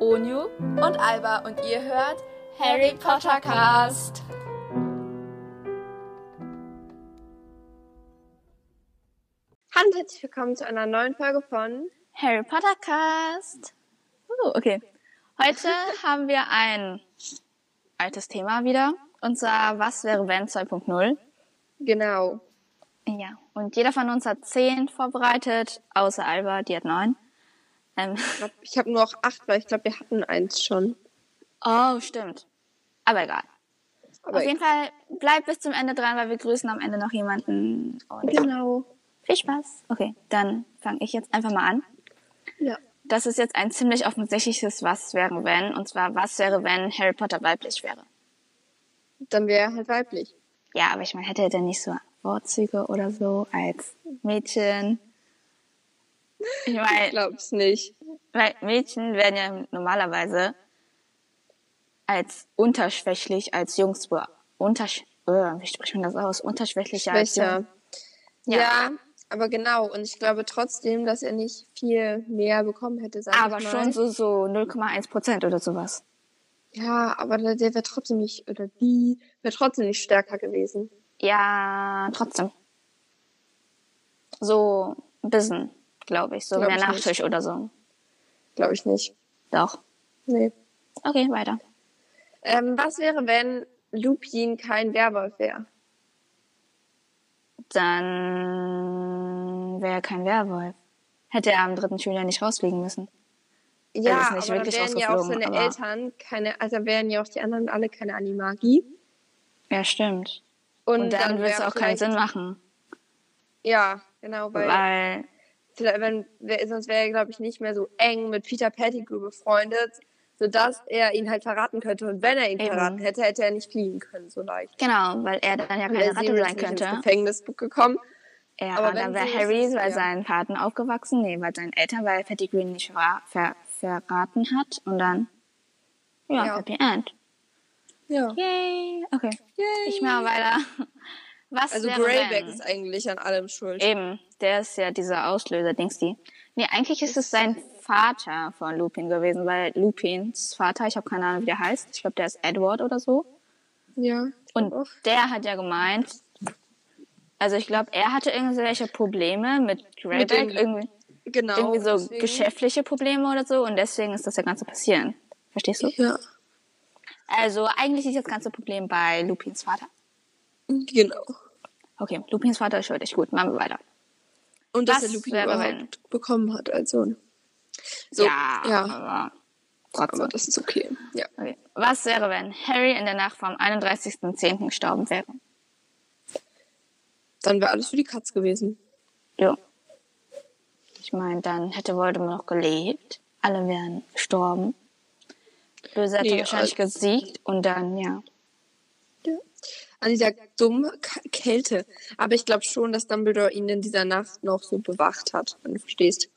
Onyu und Alba und ihr hört Harry Potter Cast. Hallo und herzlich willkommen zu einer neuen Folge von Harry Potter Cast. Uh, okay. Heute haben wir ein altes Thema wieder. Und zwar, was wäre wenn 2.0? Genau. Ja. Und jeder von uns hat 10 vorbereitet, außer Alba, die hat 9. Ähm, Ich glaub, Ich habe nur noch acht, weil ich glaube, wir hatten eins schon. oh, stimmt. Aber egal. Aber Auf jeden Fall bleibt bis zum Ende dran, weil wir grüßen am Ende noch jemanden. Und Genau. viel Spaß. Okay, dann fange ich jetzt einfach mal an. Ja. Das ist jetzt ein ziemlich offensichtliches Was wäre wenn. Und zwar, was wäre, wenn Harry Potter weiblich wäre? Dann wäre er halt weiblich. Ja, aber ich meine, hätte er denn nicht so Vorzüge oder so als Mädchen? Ich Ich meine, glaub's nicht. weil Mädchen werden ja normalerweise als unterschwächlich als Jungs be- untersch äh, wie spricht man das aus? Unterschwächlicher als Jungs. Schwächer. Ja. Ja. aber genau. Und ich glaube trotzdem, dass er nicht viel mehr bekommen hätte, sag Aber ich mal. schon so, so 0,1 Prozent oder sowas. Ja, aber der, der wäre trotzdem nicht, oder die wäre trotzdem nicht stärker gewesen. Ja, trotzdem. So ein bisschen, glaube ich. So Glaub mehr ich nicht. Nachtisch oder so. Glaube ich nicht. Doch. Nee. Okay, weiter. Ähm, was wäre, wenn Lupin kein Werwolf wäre? Dann wäre er kein Werwolf. Hätte er am dritten Schüler nicht rausfliegen müssen. Ja, Also ist nicht aber wirklich dann wären ja auch rausgeflogen, seine aber- Eltern keine, also wären ja auch die anderen alle keine Animagi. Ja, stimmt. Und, Und, dann würde es wäre auch keinen vielleicht- Sinn machen. Ja, genau, weil, Weil, vielleicht, wenn, wär, sonst wäre er, glaube ich, nicht mehr so eng mit Peter Pettigrew befreundet, sodass er ihn halt verraten könnte. Und wenn er ihn Eben. verraten hätte, hätte er nicht fliehen können so leicht. genau, weil er dann ja Und keine er Ratte ist sein nicht ins könnte. Gefängnis gekommen. Ja, Aber aber dann wenn wäre sie- Harry bei ja. seinen Paten aufgewachsen. Nee, bei seinen Eltern, weil Pettigrew ihn nicht ver ver verraten hat. Und dann, ja, Ja. Happy End. Ja. Yay. Okay, ich mache weiter. Was Also wäre, Greyback wenn? ist eigentlich an allem schuld. Eben, der ist ja dieser Auslöser, denkst du? Nee, eigentlich ist es sein Vater von Lupin gewesen, weil Lupins Vater, ich habe keine Ahnung, wie der heißt, ich glaube, der ist Edward oder so. Ja. Und Och. der hat ja gemeint, also ich glaube, er hatte irgendwelche Probleme mit Greyback, den- irgendwie, Genau. irgendwie so deswegen- geschäftliche Probleme oder so und deswegen ist das ja Ganze passieren. Verstehst du? Ja. Also eigentlich ist das ganze Problem bei Lupins Vater. Genau. Okay, Lupins Vater ist schuldig. Gut, machen wir weiter. Und dass Was er Lupin wäre, überhaupt bekommen hat als Sohn. So, ja, ja. aber trotzdem. Aber das ist okay. Ja. äh, Okay. Was wäre, wenn Harry in der Nacht vom 31.10. gestorben wäre? Dann wäre alles für die Katz gewesen. Ja. Ich meine, dann hätte Voldemort noch gelebt. Alle wären gestorben. Böse hätte Nee, äh, wahrscheinlich gesiegt und dann, ja. An dieser dummen K Kälte. Aber ich glaube schon, dass Dumbledore ihn in dieser Nacht noch so bewacht hat, wenn du verstehst.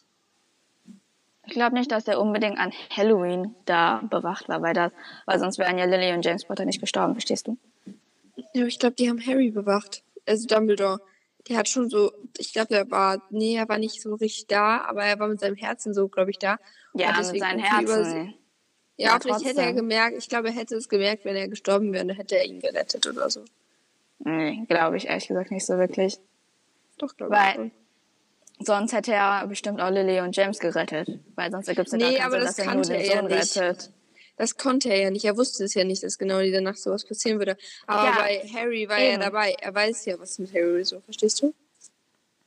Ich glaube nicht, dass er unbedingt an Halloween da bewacht war, weil, das, weil sonst wären ja Lily und James Potter nicht gestorben, verstehst du? Ja, aber ich glaube, die haben Harry bewacht. Also Dumbledore. Der hat schon so, ich glaube, der war, nee, er war nicht so richtig da, aber er war mit seinem Herzen so, glaube ich, da. Ja, Hat mit deswegen seinem irgendwie über- Herzen. Ja, Ja, vielleicht hätte er trotzdem. gemerkt, ich glaube, er hätte es gemerkt, wenn er gestorben wäre, dann hätte er ihn gerettet oder so. Nee, glaube ich ehrlich gesagt nicht so wirklich. Doch, glaube ich. Weil schon. sonst hätte er bestimmt auch Lily und James gerettet. Weil sonst ergibt es ja Nee, gar aber keinen das Sinn, dass er nur kannte den er Sohn ja nicht. rettet. Das konnte er ja nicht. Er wusste es ja nicht, dass genau diese Nacht sowas passieren würde. Aber Ja. bei Harry war Eben. er dabei. Er weiß ja, was mit Harry so, verstehst du?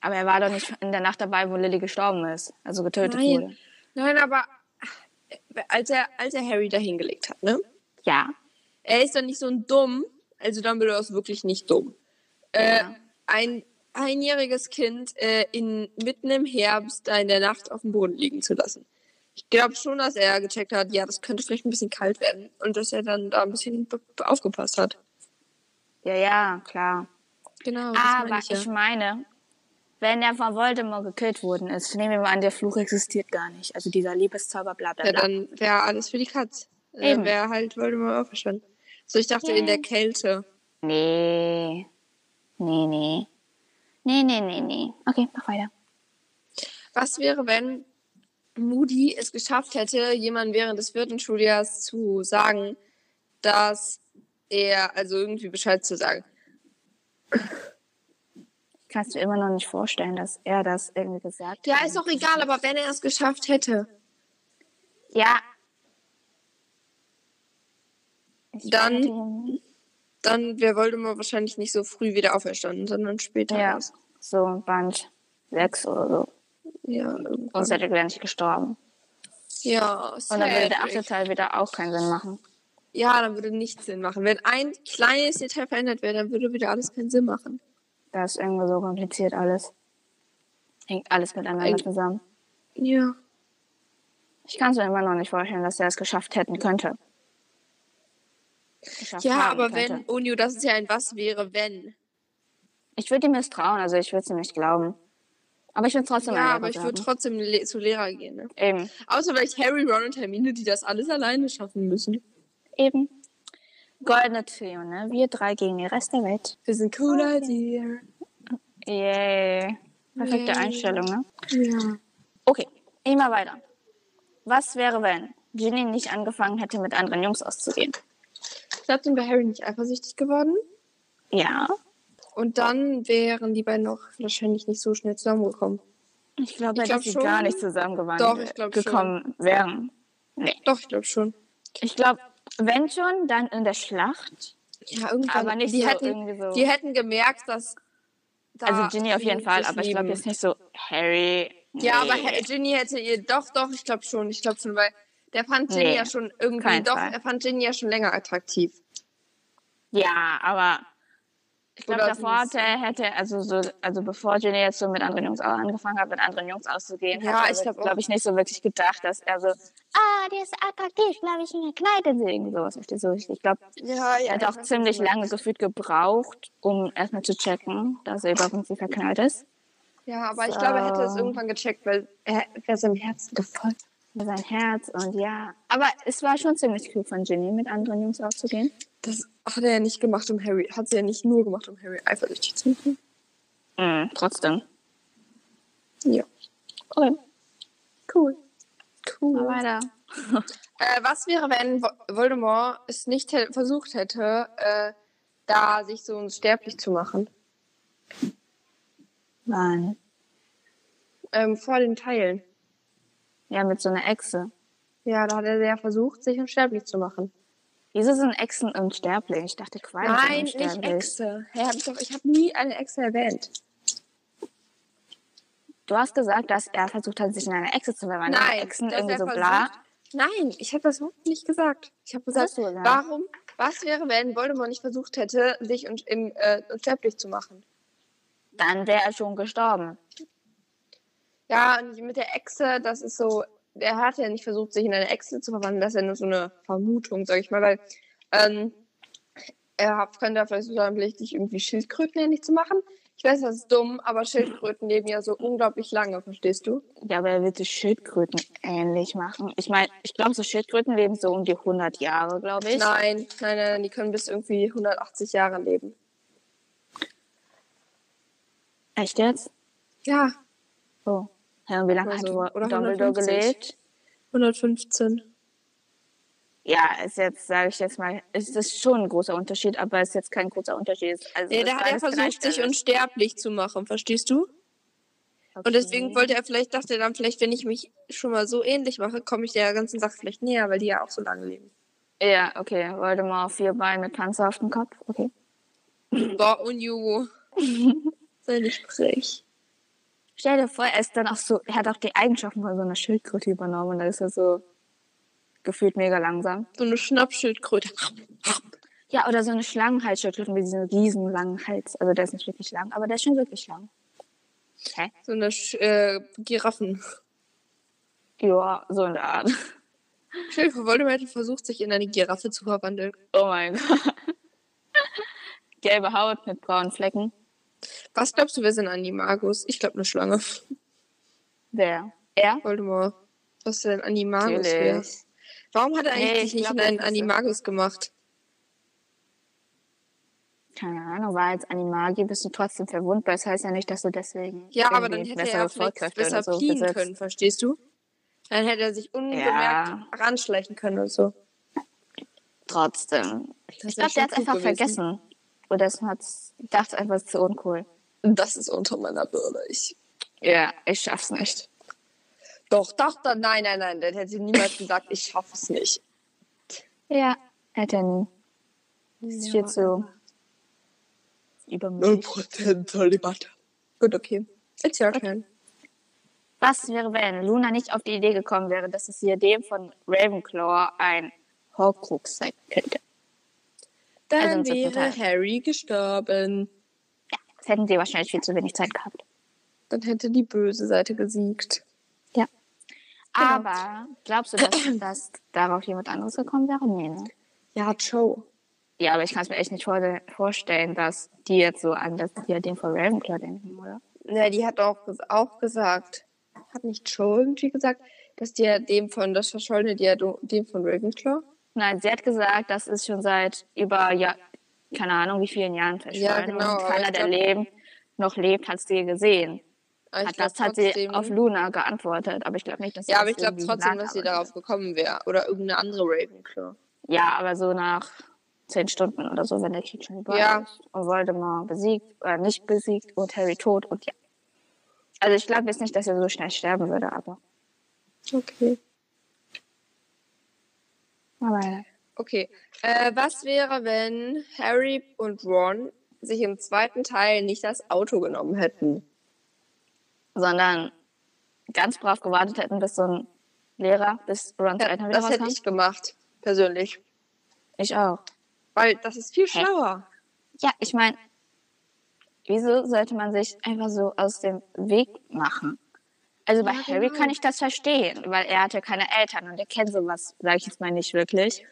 Aber er war doch nicht in der Nacht dabei, wo Lily gestorben ist. Also getötet wurde. Nein. Nein, aber äh, als er, als er Harry da hingelegt hat, ne? Ja. Er ist doch nicht so ein dumm. Also Dumbledore ist wirklich nicht dumm. Äh, Ja. Ein einjähriges Kind äh, in, mitten im Herbst da in der Nacht auf dem Boden liegen zu lassen. Ich glaube schon, dass er gecheckt hat, ja, das könnte vielleicht ein bisschen kalt werden. Und dass er dann da ein bisschen be- be- aufgepasst hat. Ja, ja, klar. Genau, das Aber meine ich, ich ja. meine, wenn er von Voldemort gekillt worden ist, nehmen wir mal an, der Fluch existiert gar nicht. Also dieser Liebeszauber, bla bla Ja, bla. dann wäre alles für die Katz. Eben. Dann wäre halt Voldemort auferstanden. So, ich dachte in der Kälte. Nee. Nee, nee. Nee, nee, nee, nee. Okay, mach weiter. Was wäre, wenn Moody es geschafft hätte, jemanden während des vierten Schuljahres zu sagen, dass er, also irgendwie Bescheid zu sagen. Kannst du immer noch nicht vorstellen, dass er das irgendwie gesagt Ja, hat. ist auch egal, aber wenn er es geschafft hätte, Ja. Ich Dann- wollte ihn- dann wäre Voldemort wahrscheinlich nicht so früh wieder auferstanden, sondern später. Ja, erst. so Band 6 oder so. Ja, irgendwann. Sonst hätte Glenn nicht gestorben. ja, Und dann würde der sadly. achte Teil wieder auch keinen Sinn machen. Ja, dann würde nichts Sinn machen. Wenn ein kleines Detail verändert wäre, dann würde wieder alles keinen Sinn machen. Da ist irgendwie so kompliziert alles. Hängt alles miteinander Eigentlich- zusammen. Ja. Ich kann es mir immer noch nicht vorstellen, dass er es geschafft hätten könnte. Geschafft Ja, haben aber könnte. wenn, Unio, das ist ja ein Was wäre, wenn. Ich würde ihm misstrauen, also ich würde es ihm nicht glauben. Aber ich würde es trotzdem Ja, meiner aber ich glauben. würde trotzdem le zu Lehrer gehen. Ne? Eben. Außer vielleicht Harry, Ron und Hermine, die das alles alleine schaffen müssen. Eben. Goldene Trio, ne? Wir drei gegen den Rest der Welt. Wir sind cooler als ihr. Yay. Perfekte Yay. Einstellung, ne? Ja. Okay, immer weiter. Was wäre, wenn Ginny nicht angefangen hätte, mit anderen Jungs auszugehen? Klappt denn bei Harry nicht eifersüchtig geworden? Ja, Und dann wären die beiden auch wahrscheinlich nicht so schnell zusammengekommen. ich glaube, Ich dass glaub sie schon. gar nicht zusammengewandt Doch, ich glaub gekommen wären. Nee. Doch, ich glaube schon. Ich glaube, wenn schon, dann in der Schlacht. Ja, irgendwann. Aber nicht die so irgendwie hätten, so- Die hätten gemerkt, dass. da Also Ginny auf jeden sie Fall, sich aber ich glaube lieben. jetzt nicht so Harry. Nee. Ja, aber Herr- Ginny hätte ihr doch, doch, ich glaube schon, ich glaube schon, weil der fand Ginny Nee, ja schon irgendwie, kein doch, Fall. er fand Ginny ja schon länger attraktiv. Ja, aber ich glaube, Oder davor sie- hatte, hätte, also so, also bevor Ginny jetzt so mit anderen Jungs au- angefangen hat, mit anderen Jungs auszugehen, Ja, hat ich er, glaub auch. glaube ich, nicht so wirklich gedacht, dass er so, ah, der ist attraktiv, glaube ich, in der Kleidung irgendwie sowas. verstehst du? Ich, ich glaube, Ja, ja. er hat auch ziemlich lange gefühlt gebraucht, um erstmal zu checken, dass er überhaupt nicht verknallt ist. Ja, aber ich So. glaube, er hätte es irgendwann gecheckt, weil er wäre seinem Herzen gefolgt. Mit seinem Herz und ja. Aber es war schon ziemlich cool von Ginny, mit anderen Jungs auszugehen. Das hat er ja nicht gemacht, um Harry, hat sie ja nicht nur gemacht, um Harry eifersüchtig zu machen. Mhm, trotzdem. Ja. Okay, Cool. mal Cool. weiter. Äh, was wäre, wenn Vo- Voldemort es nicht hä- versucht hätte, äh, da sich so unsterblich zu machen? Mann. Ähm, vor den Teilen. Ja, mit so einer Echse. Ja, da hat er ja versucht, sich unsterblich zu machen. Wieso sind Echsen unsterblich? Ich dachte, Quallen Nein, sind nicht unsterblich. Echse. Hä, hab ich doch, ich habe nie eine Echse erwähnt. Du hast gesagt, dass er versucht hat, sich in eine Echse zu verwandeln. Nein, Echsen dass irgendwie er so versucht- bla. Nein, ich habe das überhaupt nicht gesagt. Ich habe gesagt, hast du gesagt? warum, was wäre, wenn Voldemort nicht versucht hätte, sich un im, äh, unsterblich zu machen? Dann wäre er schon gestorben. Ja, und mit der Echse, das ist so, er hat ja nicht versucht, sich in eine Echse zu verwandeln, das ist ja nur so eine Vermutung, sag ich mal, weil ähm, er hat, könnte ja vielleicht unheimlich irgendwie Schildkröten ähnlich zu machen. Ich weiß, das ist dumm, aber Schildkröten leben ja so unglaublich lange, verstehst du? Ja, aber er wird sich Schildkröten ähnlich machen. Ich meine, ich glaube, so Schildkröten leben so um die 100 Jahre, glaube ich. Nein, nein, nein, die können bis irgendwie 180 Jahre leben. Echt jetzt? Ja, Oh. Ja, und wie lange Oder hat so. Wo- Oder Dumbledore 150. gelebt? 115. Ja, ist jetzt, sage ich jetzt mal, ist das schon ein großer Unterschied, aber ist jetzt kein großer Unterschied. Also, Nee, ist da hat er beides also versucht, sich gleichstellig. unsterblich zu machen, verstehst du? Und deswegen Okay. wollte er vielleicht, dachte er dann, vielleicht, wenn ich mich schon mal so ähnlich mache, komme ich der ganzen Sache vielleicht näher, weil die ja auch so lange leben. Ja, okay. Voldemort auf vier Beinen mit Panzer auf dem Kopf. Okay. Boah, Unju. Sei nicht frech. Stell dir vor, er ist dann auch so, er hat auch die Eigenschaften von so einer Schildkröte übernommen und da ist er so gefühlt mega langsam. So eine Schnappschildkröte. Ja, oder so eine Schlangenhalsschildkröte mit diesem riesen langen Hals. Also der ist nicht wirklich lang, aber der ist schon wirklich lang. Hä? So eine Sch äh, Giraffen. Ja, so eine Art. Stell dir vor, Voldemort hätte versucht, sich in eine Giraffe zu verwandeln. Oh mein Gott. Gelbe Haut mit braunen Flecken. Was glaubst du, wir sind Animagus? Ich glaube, eine Schlange. Wer? Er? Voldemort. Was denn Animagus wäre? Natürlich. Warum hat er Nee, ich eigentlich dich nicht glaub, in einen das ist- Animagus gemacht? Keine Ahnung, war als Animagi bist du trotzdem verwundbar. Das heißt ja nicht, dass du deswegen Ja, aber dann irgendwie hätte er ja bessere vielleicht Vollkräfte oder besser so fliegen besitzt. können, verstehst du? Dann hätte er sich ungemerkt Ja. ranschleichen können und so. Trotzdem. Das Ich glaube, der hat einfach vergessen. Oder es hat's, dachte einfach, es ist zu uncool. Das ist unter meiner Birne. Ich Ja, ich schaff's nicht. doch, doch, doch, nein, nein, nein. Dann hätte niemals gesagt, ich schaffe es nicht. Ja, hätte er nie. Das ist viel zu übermütig. 0% Debatte. Gut, okay. It's your turn. Was wäre, wenn Luna nicht auf die Idee gekommen wäre, dass es ihr dem von Ravenclaw ein Horcrux sein könnte? Dann Also im dritten wäre Teil. Harry gestorben. Das hätten sie wahrscheinlich viel zu wenig Zeit gehabt. Dann hätte die böse Seite gesiegt. Genau. Aber glaubst du, dass, dass darauf jemand anderes gekommen wäre? Nee, ne? Ja, Joe. Ja, aber ich kann es mir echt nicht vor vorstellen, dass die halt jetzt so an das Diadem von Ravenclaw denken, oder? Na, die hat auch, ges- auch gesagt, hat nicht Joe irgendwie gesagt, dass Diadem von, das verschollene Diadem von Ravenclaw? Nein, sie hat gesagt, das ist schon seit über, ja, keine Ahnung, wie vielen Jahren verschwunden. Ja, genau, und aber keiner, ich der glaub- leben, noch lebt, hat es dir gesehen. Aber ich Hat, glaub Ah, das hat sie trotzdem- auf Luna geantwortet, aber ich glaube nicht, dass sie Ja, das aber ich glaube irgendwie trotzdem, gesagt dass sie hat oder darauf gekommen wäre. Oder irgendeine andere Ravenclaw. so. Ja, aber so nach zehn Stunden oder so, wenn der Krieg schon vorbei Ja. ist und Voldemort besiegt oder nicht besiegt und Harry tot und ja. Also ich glaube jetzt nicht, dass er so schnell sterben würde, aber. Okay. aber ja. Okay. Äh, was wäre, wenn Harry und Ron sich im zweiten Teil nicht das Auto genommen hätten? Sondern ganz brav gewartet hätten, bis so ein Lehrer, bis Ron zu Eltern wieder Das hätte rauskam. ich gemacht, persönlich. ich auch. Weil das ist viel Hä? schlauer. Ja, ich meine, wieso sollte man sich einfach so aus dem Weg machen? Also bei Ja, Harry genau. kann ich das verstehen, weil er hatte keine Eltern und er kennt sowas, sage ich jetzt mal nicht wirklich.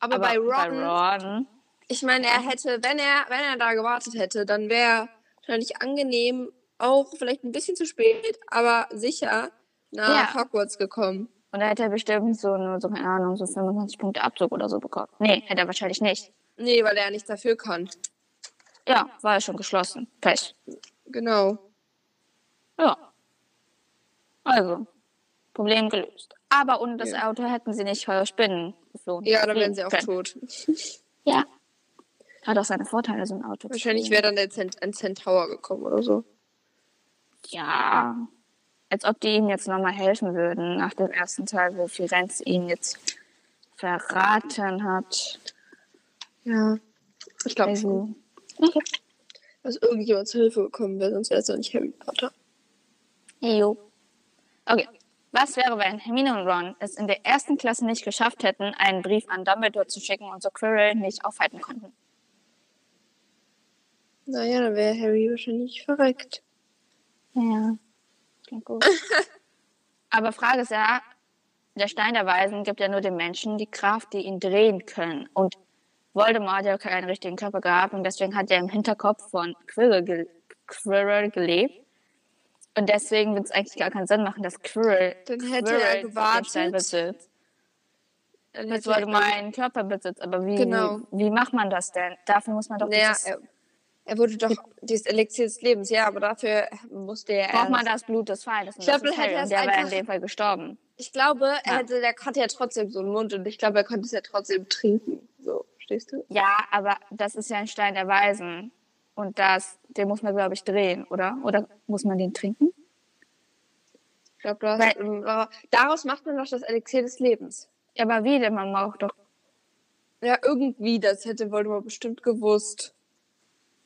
Aber, Aber bei Ron, Ron ich meine, Mhm. er hätte, wenn er, wenn er da gewartet hätte, dann wäre wahrscheinlich angenehm, auch vielleicht ein bisschen zu spät, aber sicher nach Ja. Hogwarts gekommen. und da hätte er bestimmt so, nur so, keine Ahnung, so 25 Punkte Abzug oder so bekommen. Nee, hätte er wahrscheinlich nicht. Nee, weil er nichts dafür kann. Ja, war ja schon geschlossen. Pech. Genau. Ja. Also, Problem gelöst. Aber ohne das Ja. Auto hätten sie nicht heuer Spinnen geflogen. Ja, dann wären sie auch Fliegen können. tot. Ja. Hat auch seine Vorteile, so ein Auto. zu Wahrscheinlich fliegen. wäre dann der Zent ein Centaur gekommen oder so. Ja. Als ob die ihm jetzt nochmal helfen würden nach dem ersten Teil, wo Firenze ihn jetzt verraten hat. Ja. Ich glaube schon, Also, dass irgendjemand zu Hilfe gekommen wäre, sonst wäre es doch nicht Harry Potter. jo. Okay. Was wäre, wenn Hermine und Ron es in der ersten Klasse nicht geschafft hätten, einen Brief an Dumbledore zu schicken und so Quirrell nicht aufhalten konnten? Naja, dann wäre Harry wahrscheinlich verreckt. Ja. Klingt gut. Aber Frage ist ja, der Stein der Weisen gibt ja nur den Menschen die Kraft, die ihn drehen können. Und Voldemort hat ja keinen richtigen Körper gehabt und deswegen hat er im Hinterkopf von Quirrell, ge Quirrell gelebt. Und deswegen würde es eigentlich gar keinen Sinn machen, dass Quirrell, Dann hätte Quirrell er den Stein gewartet. besitzt. Dann Mit hätte er- Voldemort einen Körper besitzt. Aber wie, Genau. wie macht man das denn? Dafür muss man doch Naja, äh, dieses, er, er wurde doch dieses Elixier des Lebens, ja, aber dafür musste er. braucht erst- man das Blut des Feindes. Und Ich glaub, das ist dann Harry. hätte er Und es der wäre in einfach- dem Fall gestorben. Ich glaube, er Ja. hätte, der hatte ja trotzdem so einen Mund und ich glaube, er konnte es ja trotzdem trinken. So, verstehst du? Ja, aber das ist ja ein Stein der Weisen. Und das, den muss man, glaube ich, drehen, oder? Oder muss man den trinken? Ich glaube, du hast, Weil- ähm, aber daraus macht man doch das Elixier des Lebens. Ja, aber wie denn? Man braucht doch. Ja, irgendwie, das hätte Voldemort bestimmt gewusst.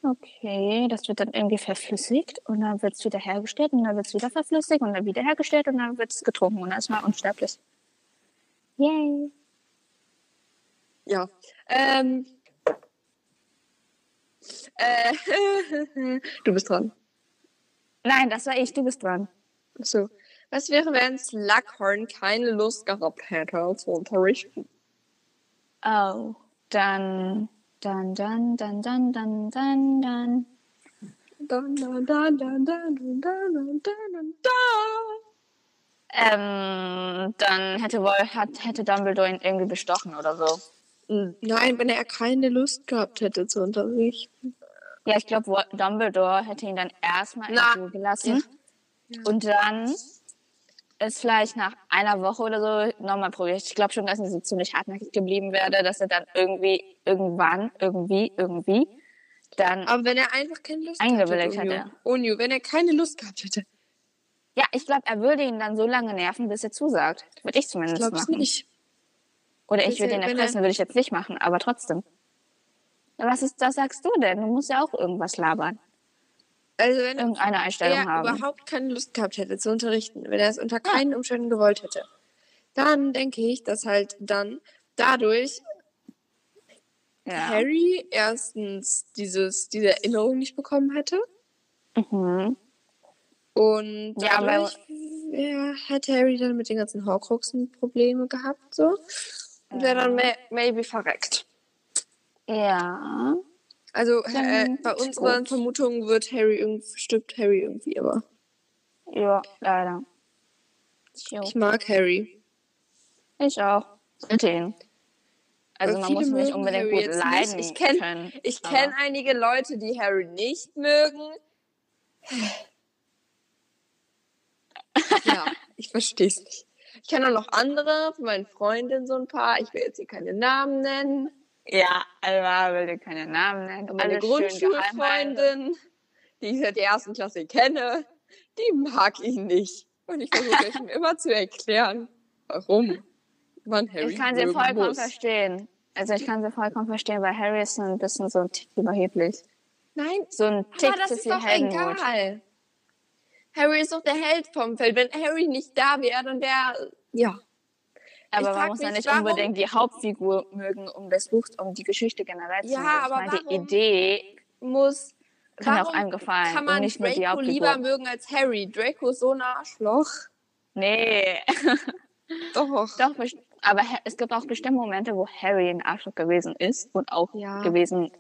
Okay, das wird dann irgendwie verflüssigt und dann wird es wieder hergestellt und dann wird es wieder verflüssigt und dann wieder hergestellt und dann wird es getrunken und dann ist man unsterblich. Yay. Ja. Ähm. Äh, du bist dran. Nein, das war ich, du bist dran. So. Was wäre, wenn Slughorn keine Lust gehabt hätte zu unterrichten? Oh, dann, dann, dann, dann, dann, dann, dann, dann. Dun, dun, dun, dun, dun, dun, dun, dun, dun, dun. Ähm, dann hätte, Wol- hat, hätte Dumbledore ihn irgendwie bestochen oder so. Hm, Nein, wenn er keine Lust gehabt hätte zu unterrichten. Ja, ich glaube, Dumbledore hätte ihn dann erstmal in Na, Ruhe gelassen. Und dann es vielleicht nach einer Woche oder so nochmal probiere. Ich glaube schon, dass ich so ziemlich hartnäckig geblieben werde, dass er dann irgendwie, irgendwann, irgendwie, irgendwie dann. Aber wenn er einfach keine Lust Eingewilligt gehabt hätte. hätte. Onyu. Onyu, wenn er keine Lust gehabt hätte. Ja, ich glaube, er würde ihn dann so lange nerven, bis er zusagt. Würde ich zumindest Glaubst du machen. nicht? Oder ich würde Wenn ihn er- wenn erpressen, würde ich jetzt nicht machen, aber trotzdem. Na, Was ist, was sagst du denn? Du musst ja auch irgendwas labern. Also wenn Irgendeine Einstellung er haben. überhaupt keine Lust gehabt hätte zu unterrichten, wenn er es unter keinen Umständen gewollt hätte, dann denke ich, dass halt dann dadurch Ja. Harry erstens dieses, diese Erinnerung nicht bekommen hätte Mhm. und Ja, aber- dadurch ja, hätte Harry dann mit den ganzen Horcruxen Probleme gehabt so und wäre dann may maybe verreckt. ja. Also äh, Dann bei ist unseren gut. Vermutungen wird Harry irgendwie, stirbt Harry irgendwie, aber Ja, leider. Jo. ich mag Harry. Ich auch. Verstehen. Also Aber man viele muss nicht mögen unbedingt Harry gut jetzt leiden nicht. Ich kenn- können. Ich aber- kenne einige Leute, die Harry nicht mögen. ja, ich verstehe es nicht. Ich kenne auch noch andere, von meinen Freundinnen so ein paar. Ich will jetzt hier keine Namen nennen. Ja, Alva will dir keine Namen nennen. Meine Alles schön geheim halten. Grundschulfreundin, die ich seit der ersten Klasse kenne, die mag ihn nicht. Und ich versuche es ihm immer zu erklären, warum man Harry Ich kann sie mögen vollkommen muss. verstehen. Also ich kann sie vollkommen verstehen, weil Harry ist so ein bisschen so ein Tick überheblich. Nein, So ein Tick Aber das zu ist viel doch Heldenmut. egal. Harry ist doch der Held vom Feld. Wenn Harry nicht da wäre, dann wäre ja. Aber Ich man frag muss ja mich, nicht warum- unbedingt die Hauptfigur mögen, um das Buch, um die Geschichte generell zu Ja, mögen. Ich aber meine, die warum- Idee Muss. kann warum auch einem gefallen Kann und man nicht nur die Draco lieber Hauptfigur. mögen als Harry? Draco ist so ein Arschloch. Nee, Doch. doch, best- aber Ha- es gibt auch bestimmte Momente, wo Harry ein Arschloch gewesen ist und auch Ja. gewesen.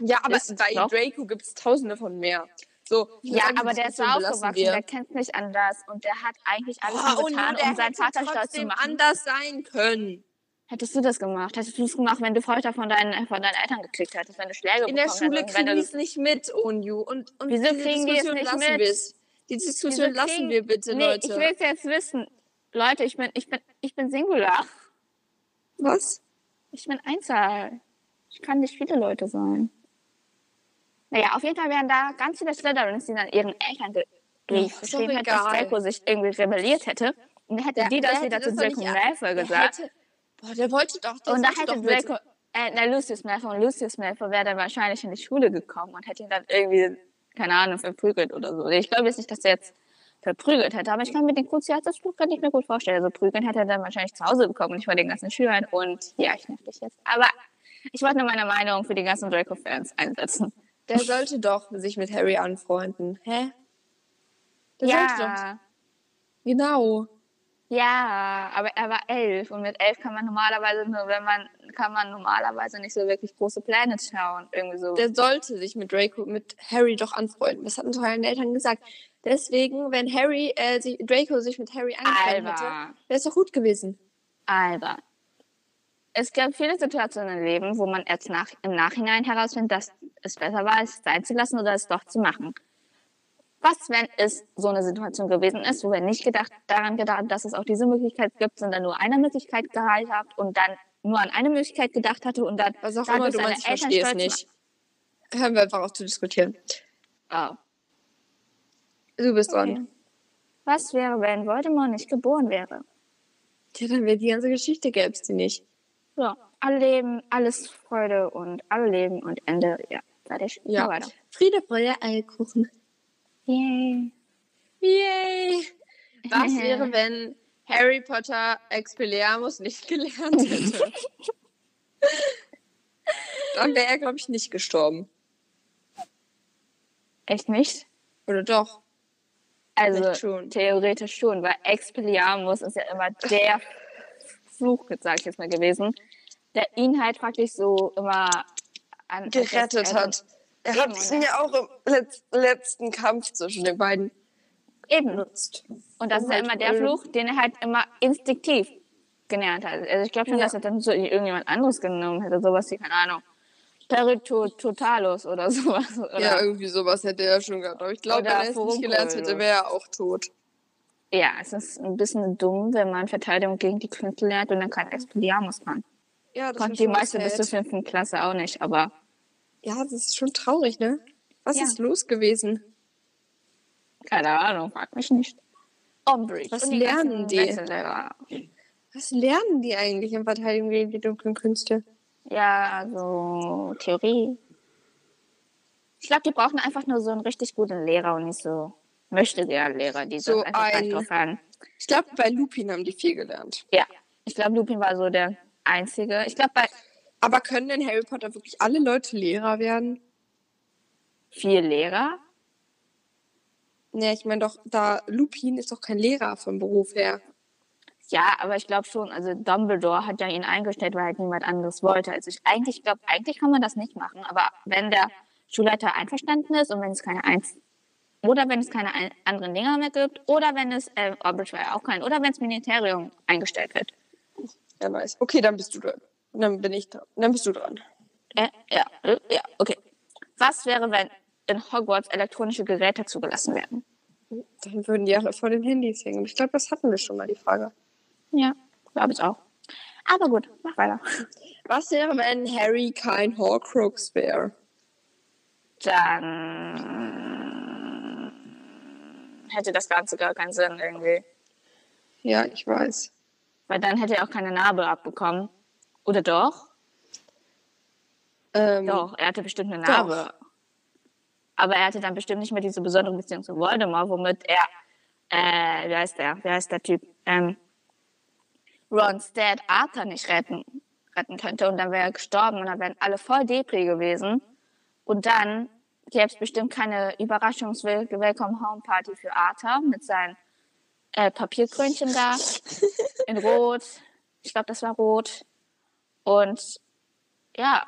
Ja, aber Ist bei doch. Draco gibt es Tausende von mehr. So. ich muss Ja, sagen, aber die der ist so Diskussion aufgewachsen, belassen wir. der kennt nicht anders und der hat eigentlich alles Oh, nur oh, nee, getan, der um seinen hätte Vater stolz zu trotzdem machen. anders sein können. Hättest du das gemacht? Hättest du es gemacht, wenn du Folter von deinen, von deinen Eltern gekriegt hättest, wenn du Schläge In der bekommen Schule hättest? wenn kriegen du die es nicht mit, Onju. Und, und Wieso diese kriegen die es Diskussion nicht lassen mit? wir es. Die Diskussion Wieso lassen kriegen- wir bitte, nee, Leute. ich will es jetzt wissen. Leute, ich bin, ich bin, ich bin Singular. Was? Ich bin Einzahl. Ich kann nicht viele Leute sein. Naja, auf jeden Fall wären da ganz viele Slytherins, die dann ihren Eltern Ach, gerief. ist Ich doch verstehe nicht, dass egal. Draco sich irgendwie rebelliert hätte. Und dann hätte die das hätte wieder zu doch Draco nicht- Malfoy der gesagt. Hätte, boah, der wollte doch. Der Und da sollte hätte doch mit- Draco, äh, na, Lucius Malfoy, und Lucius Malfoy wäre dann wahrscheinlich in die Schule gekommen und hätte ihn dann irgendwie, keine Ahnung, verprügelt oder so. Ich glaube jetzt nicht, dass er jetzt verprügelt hätte, aber ich kann mir den Cruciatus-Spruch gar nicht mehr gut vorstellen. Also prügeln hätte er dann wahrscheinlich zu Hause bekommen, nicht bei den ganzen Schülern und ja, ich nerv dich jetzt. Aber ich wollte nur meine Meinung für die ganzen Draco-Fans einsetzen. Der sollte doch sich mit Harry anfreunden. Hä? Der sollte doch. ja, Genau. ja, aber er war elf und mit elf kann man normalerweise nur, wenn man, kann man normalerweise nicht so wirklich große Pläne schauen, irgendwie so. Der sollte sich mit Draco, mit Harry doch anfreunden. Das hatten seine Eltern gesagt. Deswegen, wenn Harry, äh, sich, Draco sich mit Harry angefreundet hätte, Alba. wäre es doch gut gewesen. Aber Also, es gab viele Situationen im Leben, wo man erst nach, im Nachhinein herausfindet, dass es besser war, es sein zu lassen oder es doch zu machen. Was, wenn es so eine Situation gewesen ist, wo wir nicht gedacht, daran gedacht, dass es auch diese Möglichkeit gibt, sondern nur einer Möglichkeit gehalten habt und dann nur an eine Möglichkeit gedacht hatte und dann Was auch dadurch immer du seine meinst, ich Eltern verstehe es stolz nicht. Hören wir einfach auf zu diskutieren. ma- Oh. Du bist Okay. dran. Was wäre, wenn Voldemort nicht geboren wäre? Ja, dann wäre die ganze Geschichte gäbe es die nicht. Ja, alle Leben, alles Freude und alle Leben und Ende. Ja, fertig. Ja. Mal weiter. Friede, Freude, Eierkuchen. Yay. Yay! Was wäre, wenn Harry Potter Expelliarmus nicht gelernt hätte? Dann wäre er, glaube ich, nicht gestorben. Echt nicht? Oder doch? Also Vielleicht schon. theoretisch schon, weil Expelliarmus ist ja immer der Fluch, sag ich jetzt mal gewesen, der ihn halt praktisch so immer an, Gerettet hat. Er hat Eben, ihn also ja auch im letz letzten Kampf zwischen den beiden Eben. benutzt. Und das Um ist ja halt immer der Ulm. Fluch, den er halt immer instinktiv gelernt hat. Also ich glaube schon, Ja. dass er dann so irgendjemand anderes genommen hätte, sowas wie, keine Ahnung, Territo Totalus oder sowas. Oder Ja, irgendwie sowas hätte er schon gehabt. Aber ich glaube, Oder wenn er es nicht Furunkel gelernt hätte, oder- wäre er auch tot. ja, es ist ein bisschen dumm, wenn man Verteidigung gegen die Künste lernt und dann kein Expelliarmus kann. Ja, Konnte ist die schon meiste bis sad. zur fünften Klasse auch nicht, aber Ja, das ist schon traurig, ne? Was Ja. ist los gewesen? keine Ahnung, frag mich nicht. Umbridge. Was und die lernen ganzen die? Wechsellehrer. Was lernen die eigentlich in Verteidigung gegen die dunklen Künste? Ja, so Theorie. Ich glaube, die brauchen einfach nur so einen richtig guten Lehrer und nicht so möchte der Lehrer, die So so einfach ein- ein... drauf haben. Ich glaube, bei Lupin haben die viel gelernt. Ja, ich glaube, Lupin war so der einzige. Ich glaube, bei Aber können in Harry Potter wirklich alle Leute Lehrer werden? vier Lehrer. Ja, Ne, ich meine doch, da Lupin ist doch kein Lehrer vom Beruf her. Ja, aber ich glaube schon, also Dumbledore hat ja ihn eingestellt, weil halt niemand anderes wollte. Also ich eigentlich glaube, eigentlich kann man das nicht machen, aber wenn der Schulleiter einverstanden ist und wenn es keine Eins oder wenn es keine ein- anderen Dinger mehr gibt oder wenn es äh, Umbridge war ja auch kein oder wenn es Ministerium eingestellt wird. Ja, nice. Okay, dann bist du dran. Dann bin ich dran. Dann bist du dran. Äh, ja, äh, ja, okay. Was wäre, wenn in Hogwarts elektronische Geräte zugelassen werden? Dann würden die alle vor den Handys hängen. Ich glaube, das hatten wir schon mal, die Frage. Ja, glaube ich auch. Aber gut, mach weiter. Was wäre, wenn Harry kein Horcrux wäre? dann hätte das Ganze gar keinen Sinn irgendwie. Ja, ich weiß. Weil dann hätte er auch keine Narbe abbekommen. Oder doch? Ähm, Doch, er hatte bestimmt eine Narbe. Aber er hatte dann bestimmt nicht mehr diese besondere Beziehung zu Voldemort, womit er, äh, wie heißt der, wie heißt der Typ, ähm, Ron's Dad Arthur nicht retten, retten könnte und dann wäre er gestorben und dann wären alle voll Depri gewesen. Und dann gäbe es bestimmt keine Überraschungs-Welcome-Home-Party für Arthur mit seinen äh, Papierkrönchen da in Rot. Ich glaube, das war Rot. Und ja,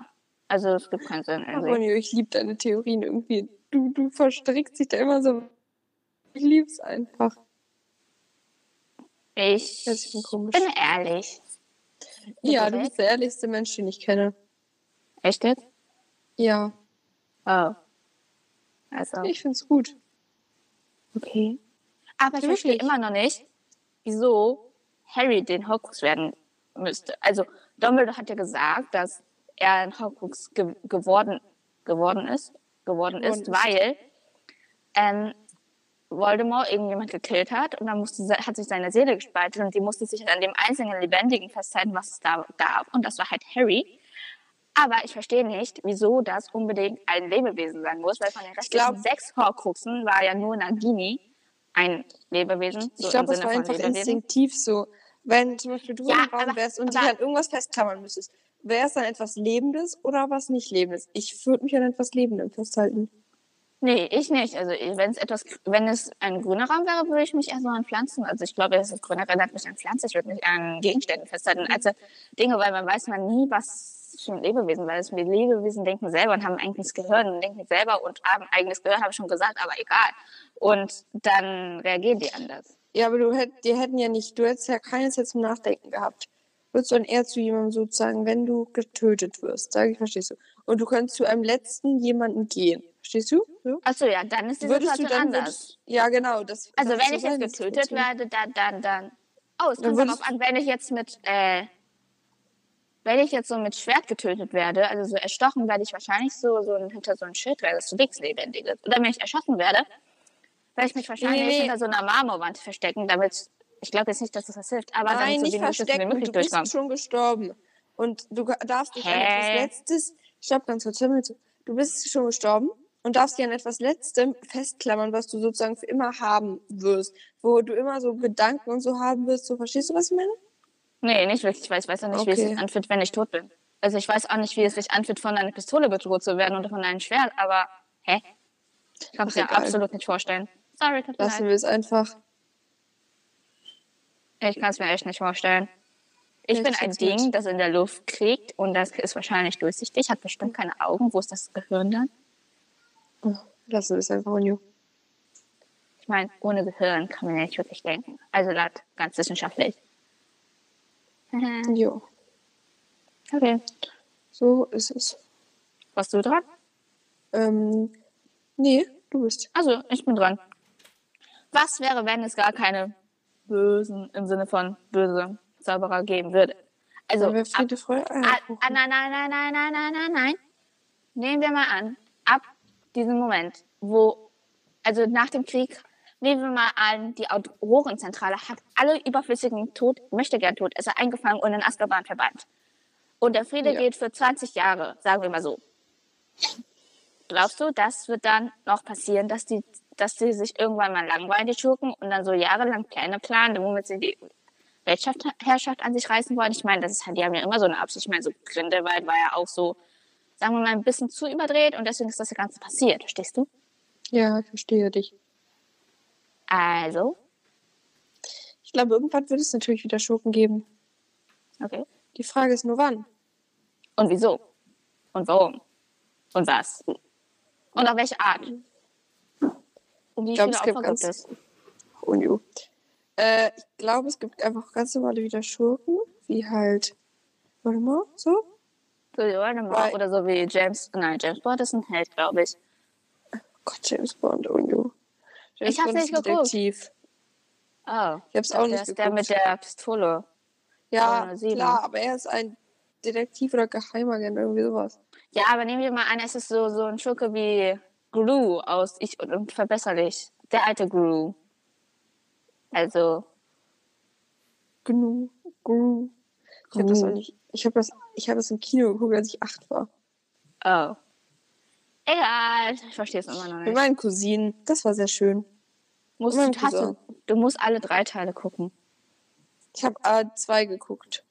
also es gibt keinen Sinn. irgendwie. Antonio, ich liebe deine Theorien irgendwie. Du, du verstrickst dich da immer so. Ich lieb's einfach. Ich Das ist schon komisch. bin ehrlich. Ja, das du weg? bist der ehrlichste Mensch, den ich kenne. Echt jetzt? Ja, Oh. Also, ich find's gut. okay. Aber ich Wirklich? verstehe immer noch nicht, wieso Harry den Horcrux werden müsste. Also, Dumbledore hat ja gesagt, dass er ein Horcrux ge geworden, geworden ist, geworden Geworden ist, ist. weil ähm, Voldemort irgendjemand gekillt hat und dann musste, se- hat sich seine Seele gespalten und die musste sich an dem einzigen Lebendigen festhalten, was es da gab. Und das war halt Harry. Aber ich verstehe nicht, wieso das unbedingt ein Lebewesen sein muss, weil von den restlichen glaub- sechs Horcruxen war ja nur Nagini ein Lebewesen. Ich glaube, das war einfach instinktiv so. Wenn zum Beispiel du Ja, im Raum aber- wärst und dich aber- an irgendwas festklammern müsstest, wäre es dann etwas Lebendes oder was nicht Lebendes? Ich würde mich an etwas Lebendem festhalten. Nee, ich nicht. Also wenn es etwas, wenn es ein grüner Raum wäre, würde ich mich eher so an Pflanzen. Also ich glaube, es ist grüner erinnert mich an Pflanzen. Ich würde mich an Gegenstände festhalten. Also Dinge, weil man weiß man nie, was für ein Lebewesen, weil es mit Lebewesen denken selber und haben ein eigenes Gehirn und denken selber und haben ein eigenes Gehirn, habe ich schon gesagt, aber egal. Und dann reagieren die anders. Ja, aber du hätt, die hätten ja nicht, du hättest ja keines jetzt zum Nachdenken gehabt. Würdest du dann eher zu jemandem sozusagen, wenn du getötet wirst, sage ich, verstehst du? Und du könntest zu einem letzten jemanden gehen, verstehst du? Ja. Achso, ja, dann ist die Würdest du Situation dann, anders. würdest, ja genau, das. Also das wenn ist ich so jetzt deine getötet Situation. werde, dann, dann, dann. Oh, es Dann kommt würdest- darauf an, wenn ich jetzt mit, äh, wenn ich jetzt so mit Schwert getötet werde, also so erstochen, werde ich wahrscheinlich so, so ein- hinter so ein Schild werden, das so nichts Lebendiges. Oder wenn ich erschossen werde, werde ich mich wahrscheinlich Nee, nee. hinter so einer Marmorwand verstecken, damit, ich glaube jetzt nicht, dass das was hilft, aber Nein, damit nicht so wenig Schüsse wie verstecken, möglich du bist durchkommen. schon gestorben. Und du ga- darfst dich an Hä? etwas Letztes, stopp ganz kurz, hör mir zu. Du bist schon gestorben und darfst dich an etwas Letztem festklammern, was du sozusagen für immer haben wirst. Wo du immer so Gedanken und so haben wirst, so verstehst du, was ich meine? Nee, nicht wirklich, weil ich weiß ja nicht, wie es Okay. sich anfühlt, wenn ich tot bin. Also ich weiß auch nicht, wie es sich anfühlt, von einer Pistole bedroht zu werden oder von einem Schwert, aber, hä? Ich kann es Ach, mir egal. absolut nicht vorstellen. Sorry, tut mir leid. Lassen wir es einfach. Ich kann es mir echt nicht vorstellen. Ich Ich bin ein check's nicht. Ding, das in der Luft kriegt und das ist wahrscheinlich durchsichtig, hat bestimmt keine Augen. Wo ist das Gehirn dann? oh, Lassen wir es einfach, Unju. Ich meine, ohne Gehirn kann man ja nicht wirklich denken. Also laut ganz wissenschaftlich. Jo, okay. so ist es. Warst du dran? Ähm, nee, du bist. Also, ich bin dran. Was wäre, wenn es gar keine Bösen im Sinne von böse Zauberer geben würde. Also, Aber ab, Friede, Freude, ah, Eierkuchen. ah, nein, nein, nein, nein, nein, nein, nein, nein. Nehmen wir mal an, ab diesem Moment, wo, also nach dem Krieg, nehmen wir mal an, die Autorenzentrale hat alle überflüssigen Tod, möchte gern Todesser eingefangen und in Azkaban verbannt. Und der Friede Ja. geht für 20 Jahre, sagen wir mal so. Glaubst du, das wird dann noch passieren, dass die, dass die sich irgendwann mal langweilen, die Schurken, und dann so jahrelang Pläne planen, womit sie die Weltschafft, äh, Herrschaft an sich reißen wollen? Ich meine, das ist halt, die haben ja immer so eine Absicht. Ich meine, so Grindelwald war ja auch so, sagen wir mal, ein bisschen zu überdreht und deswegen ist das Ganze passiert, verstehst du? Ja, ich verstehe dich. Also, Ich glaube, irgendwann wird es natürlich wieder Schurken geben. okay. Die Frage ist nur wann. Und wieso? Und warum? Und was? Und auf welche Art? Und wie Ich glaub, viele es gibt Opfer gibt ganz- es? Oh, jo. Äh, ich glaube, es gibt einfach ganz normale wieder Schurken, wie halt Voldemort, so. So wie Voldemort Weil- oder so wie James, nein, James Bond ist ein Held, glaube ich. Gott, James Bond, oh, jo. James Ich hab's Bond ist nicht ein geguckt. Detektiv. Oh, Ich hab's Ah. auch der nicht ist der mit geguckt. der Pistole. Ja, äh, sieben. klar, aber er ist ein Detektiv oder Geheimagent, irgendwie sowas. Ja, aber nehmen wir mal an, es ist so, so ein Schurke wie Gru aus Ich und Unverbesserlich. Der alte Gru. Also, Gnu, Gru. Ich habe das auch nicht. Ich habe das, ich habe das im Kino geguckt, als ich acht war. oh. Egal, ich verstehe es immer noch Mit nicht. meinen Cousinen. Das war sehr schön. Musst, meinem du- hast du, du musst alle drei Teile gucken. Ich habe A2 geguckt.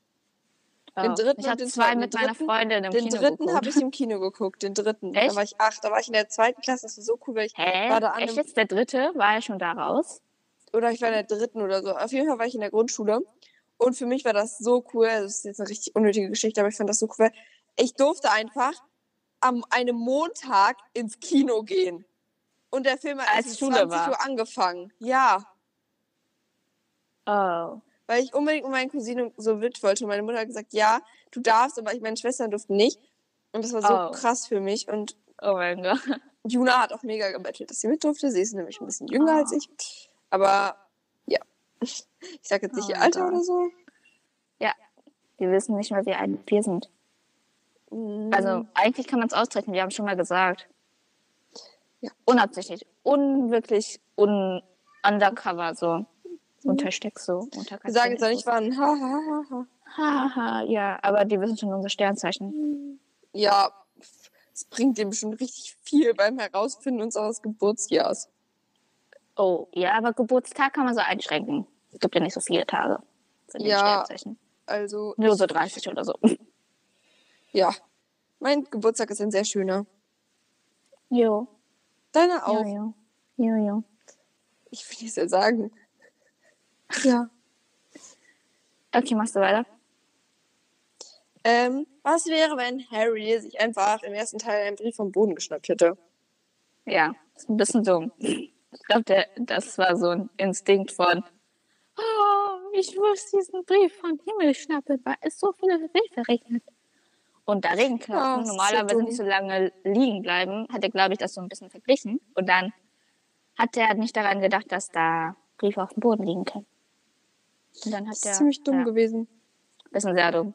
Oh. Den dritten ich und habe den zwei zweiten. mit Den meiner dritten- Freundin im Den Kino dritten habe geguckt. ich im Kino geguckt. Den dritten. Da Echt? war ich acht. Da war ich in der zweiten Klasse. Das war so cool, weil ich Hä? war da an Echt einem, jetzt? Der dritte? War er schon da raus? oder ich war in der dritten oder so. Auf jeden Fall war ich in der Grundschule. Und für mich war das so cool. Das ist jetzt eine richtig unnötige Geschichte, aber ich fand das so cool. Weil ich durfte einfach am einem Montag ins Kino gehen. Und der Film hat Als erst um Schule 20 war. Uhr angefangen. Ja. Oh. weil ich unbedingt mit meinen Cousinen so mit wollte. Und meine Mutter hat gesagt, ja, du darfst, aber ich meine Schwestern durften nicht. Und das war so Oh. krass für mich. Und Oh mein Gott. Juna hat auch mega gebettelt, dass sie mit durfte. Sie ist nämlich ein bisschen jünger Ah. als ich. Aber ja, ich sage jetzt Oh nicht ihr mein Alter Gott. oder so. Wir wissen nicht mal, wie alt wir sind. Mm, Also eigentlich kann man es austreten, wir haben schon mal gesagt. Ja. Unabsichtlich. Unwirklich un undercover so. Untersteck so. Mhm. wir sagen jetzt noch nicht wann. Ha, ha, ha, ha. Haha, ja, aber die wissen schon unser Sternzeichen. Mhm. Ja, pf, es bringt dem schon richtig viel beim Herausfinden unseres Geburtsjahrs. Oh, ja, aber Geburtstag kann man so einschränken. Es gibt ja nicht so viele Tage für den Ja. Sternzeichen. Also, Nur so 30 oder so. ja. Mein Geburtstag ist ein sehr schöner. Jo, Deiner jo, auch. jo. Jo, jo. Ich will es ja sagen. Ja. Okay, machst du weiter? Ähm, was wäre, wenn Harry sich einfach im ersten Teil einen Brief vom Boden geschnappt hätte? Ja, ist ein bisschen dumm. Ich glaube, das war so ein Instinkt von, oh, ich muss diesen Brief vom Himmel schnappen, weil es so viele Briefe regnet. Und da Ja, Regenklappen Oh, ist so normalerweise dumm. nicht so lange liegen bleiben, hat er, glaube ich, das so ein bisschen verglichen. Und dann hat er halt nicht daran gedacht, dass da Briefe auf dem Boden liegen können. Und dann hat Das ist er, ziemlich dumm ja, gewesen. bisschen sehr dumm.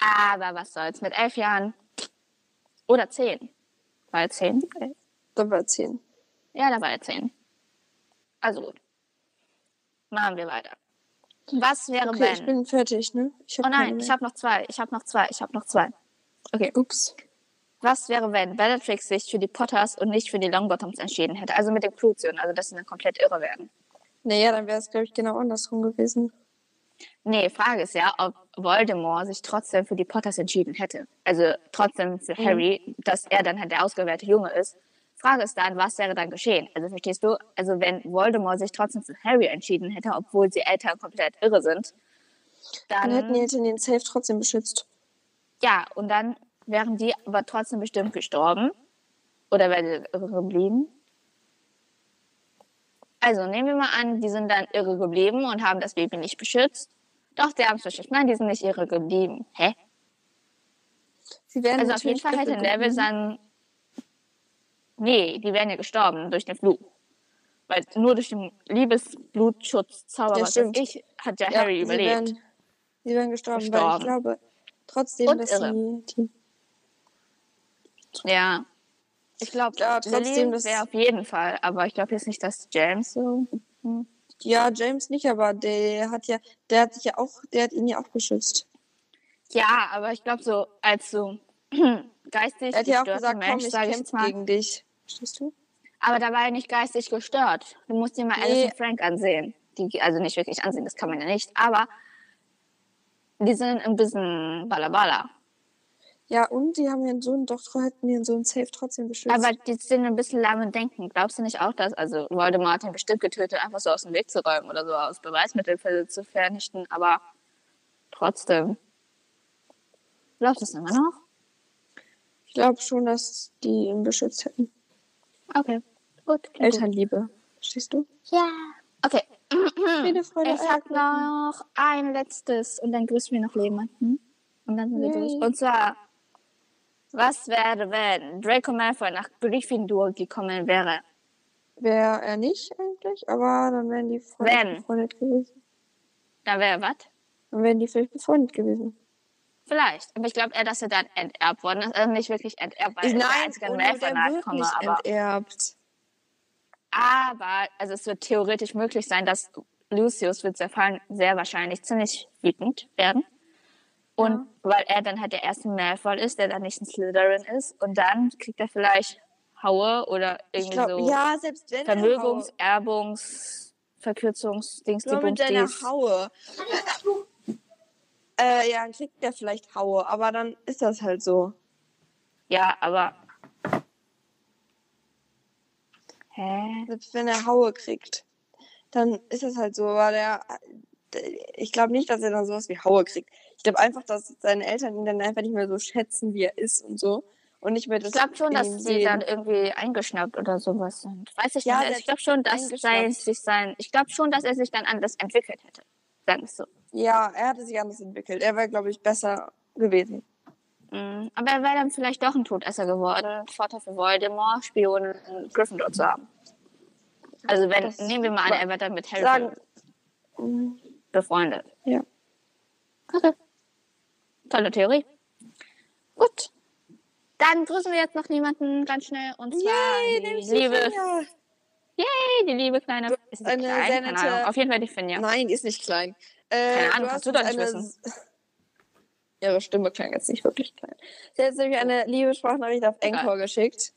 Aber was soll's, mit elf Jahren oder zehn. War er zehn? äh, Dann war er zehn. Ja, da war er 10. Also gut. Machen wir weiter. Was wäre, Okay, ich wenn. bin fertig, ne? Ich hab Oh keine nein, mehr. ich habe noch zwei. Ich habe noch zwei. Ich habe noch zwei. Ups. Was wäre, wenn Bellatrix sich für die Potters und nicht für die Longbottoms entschieden hätte? Also mit den Clution, also dass sie dann komplett irre werden. Naja, dann wäre es, glaube ich, genau andersrum gewesen. Nee, Frage ist ja, ob Voldemort sich trotzdem für die Potters entschieden hätte. Also trotzdem für Mhm. Harry, dass er dann halt der ausgewählte Junge ist. Frage ist dann, was wäre dann geschehen? Also verstehst du? Also wenn Voldemort sich trotzdem für Harry entschieden hätte, obwohl sie Eltern komplett irre sind, Dann hätten dann die Eltern den Safe trotzdem beschützt. ja, und dann wären die aber trotzdem bestimmt gestorben oder wären sie irre geblieben. Also nehmen wir mal an, die sind dann irre geblieben und haben das Baby nicht beschützt. Doch, die haben es beschützt. Nein, die sind nicht irre geblieben. Hä? Sie wären Also auf jeden natürlich Fall hätte irre Neville geblieben. dann. Nee, die wären ja gestorben durch den Flug. Weil nur durch den Liebesblutschutzzauber, Ja, was weiß stimmt. ich, hat ja, Ja, Harry sie überlebt. wären, sie wären gestorben, weil Gestorben. ich glaube trotzdem, Und dass irre. sie die Ja. Ich glaube, Ja, trotzdem, Lily das- wäre auf jeden Fall, aber ich glaube jetzt nicht, dass James so. Ja, James nicht, aber der hat ja, der hat sich ja auch, der hat ihn ja auch beschützt. Ja, aber ich glaube so, als so geistig Er hat ja gestörter auch gesagt, Mensch, komm, ich sage ich jetzt kämpfe mal. gegen dich. Verstehst du? Aber da war er nicht geistig gestört. Du musst dir mal Nee. Alice und Frank ansehen. Die, also nicht wirklich ansehen, das kann man ja nicht, aber die sind ein bisschen balabala. Ja, und die haben ihren Sohn doch hätten ihren Sohn safe trotzdem beschützt. Aber die sind ein bisschen lahm im Denken. Glaubst du nicht auch, dass also Voldemort ihn bestimmt getötet, einfach so aus dem Weg zu räumen oder so aus Beweismitteln für- zu vernichten, aber trotzdem. Glaubst du es immer noch? ich glaube schon, dass die ihn beschützt hätten. Okay. Gut. klingt gut. Elternliebe. Verstehst du? Ja. Okay. Friede, Freude, Ich hab Eierkuchen. noch ein letztes und dann grüßen wir noch jemanden. Und dann sind wir Yay. durch. Und zwar, was wäre, wenn Draco Malfoy nach Gryffindor gekommen wäre? Wäre er äh, nicht eigentlich, aber dann wären die Freunde Wenn. befreundet gewesen. Dann wäre was? Dann wären die vielleicht befreundet gewesen. Vielleicht. Aber ich glaube eher, dass er dann enterbt worden ist. Also nicht wirklich enterbt, weil er der einzige und Malfoy-Nachkomme. Aber, enterbt. aber, also es wird theoretisch möglich sein, dass Lucius wird sehr, fa- sehr wahrscheinlich ziemlich wütend werden. Und Ja. weil er dann halt der erste Malfoy ist, der dann nicht ein Slytherin ist. Und dann kriegt er vielleicht Haue oder Ich irgendwie glaub, so ja, selbst wenn er Haue- Vermögens-, Erbungs-, Verkürzungsdings, die Nur mit deiner Haue. äh, ja, dann kriegt der vielleicht Haue, aber dann ist das halt so. Ja, aber. Hä? Selbst wenn er Haue kriegt, dann ist das halt so, weil der. Ich glaube nicht, dass er dann sowas wie Haue kriegt. Ich glaube einfach, dass seine Eltern ihn dann einfach nicht mehr so schätzen, wie er ist und so. Und nicht mehr das. Ich glaube schon, in dass ihm die sehen. dann irgendwie eingeschnappt oder sowas sind. Weiß ich Ja, nicht. der Also ich glaube schon, dass sein, eingeschnappt. sich sein. Ich glaube schon, dass er sich dann anders entwickelt hätte. Sagen wir es so. Ja, er hatte sich anders entwickelt. Er wäre, glaube ich, besser gewesen. Mm, Aber er wäre dann vielleicht doch ein Todesser geworden. Vorteil für Voldemort, Spionen in Gryffindor zu haben. Also wenn, Das- nehmen wir mal an, er wäre dann mit Harry Sagen. befreundet. Ja. Okay. Tolle Theorie. Gut. Dann grüßen wir jetzt noch jemanden ganz schnell und zwar nämlich die, liebe, Sophia. hey, die liebe kleine. Ist sie eine klein? sehr Keine nette- Ahnung. Auf jeden Fall die Finja. Nein, die ist nicht klein. Äh, Keine Ahnung, kannst du doch nicht wissen. Ihre Stimme klang jetzt nicht wirklich klein. Sie hat nämlich eine liebe Sprachnachricht auf Egal. Encore geschickt.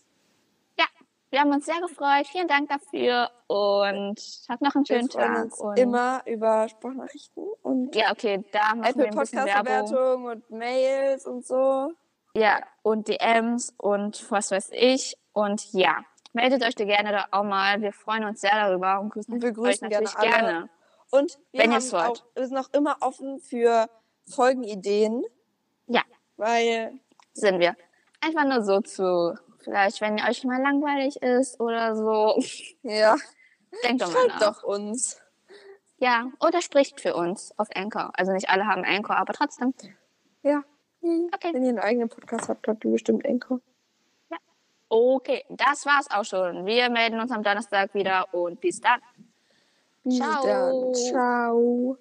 Wir haben uns sehr gefreut. Vielen Dank dafür und habt noch einen Wir schönen freuen Tag. uns und immer über Sprachnachrichten und ja, okay, da machen wir Apple ein bisschen Podcast Werbung. Bewertung und Mails und so. Ja, und DMs und was weiß ich. Und ja, meldet euch da gerne da auch mal. Wir freuen uns sehr darüber und grüßen Und wir euch grüßen natürlich gerne alle. Und wir Wenn ihr's haben wollt. auch, wir sind auch immer offen für Folgenideen. Ja. Weil Sind wir. Einfach nur so zu. Vielleicht, wenn euch mal langweilig ist oder so. ja, Denkt doch mal schreibt nach. doch uns. Ja, oder spricht für uns auf Anchor. Also nicht alle haben Anchor, aber trotzdem. Ja. Wenn Okay. ihr einen eigenen Podcast habt, habt ihr bestimmt Encore. Okay, das war's auch schon. Wir melden uns am Donnerstag wieder und bis dann. Bis Ciao. dann. Ciao.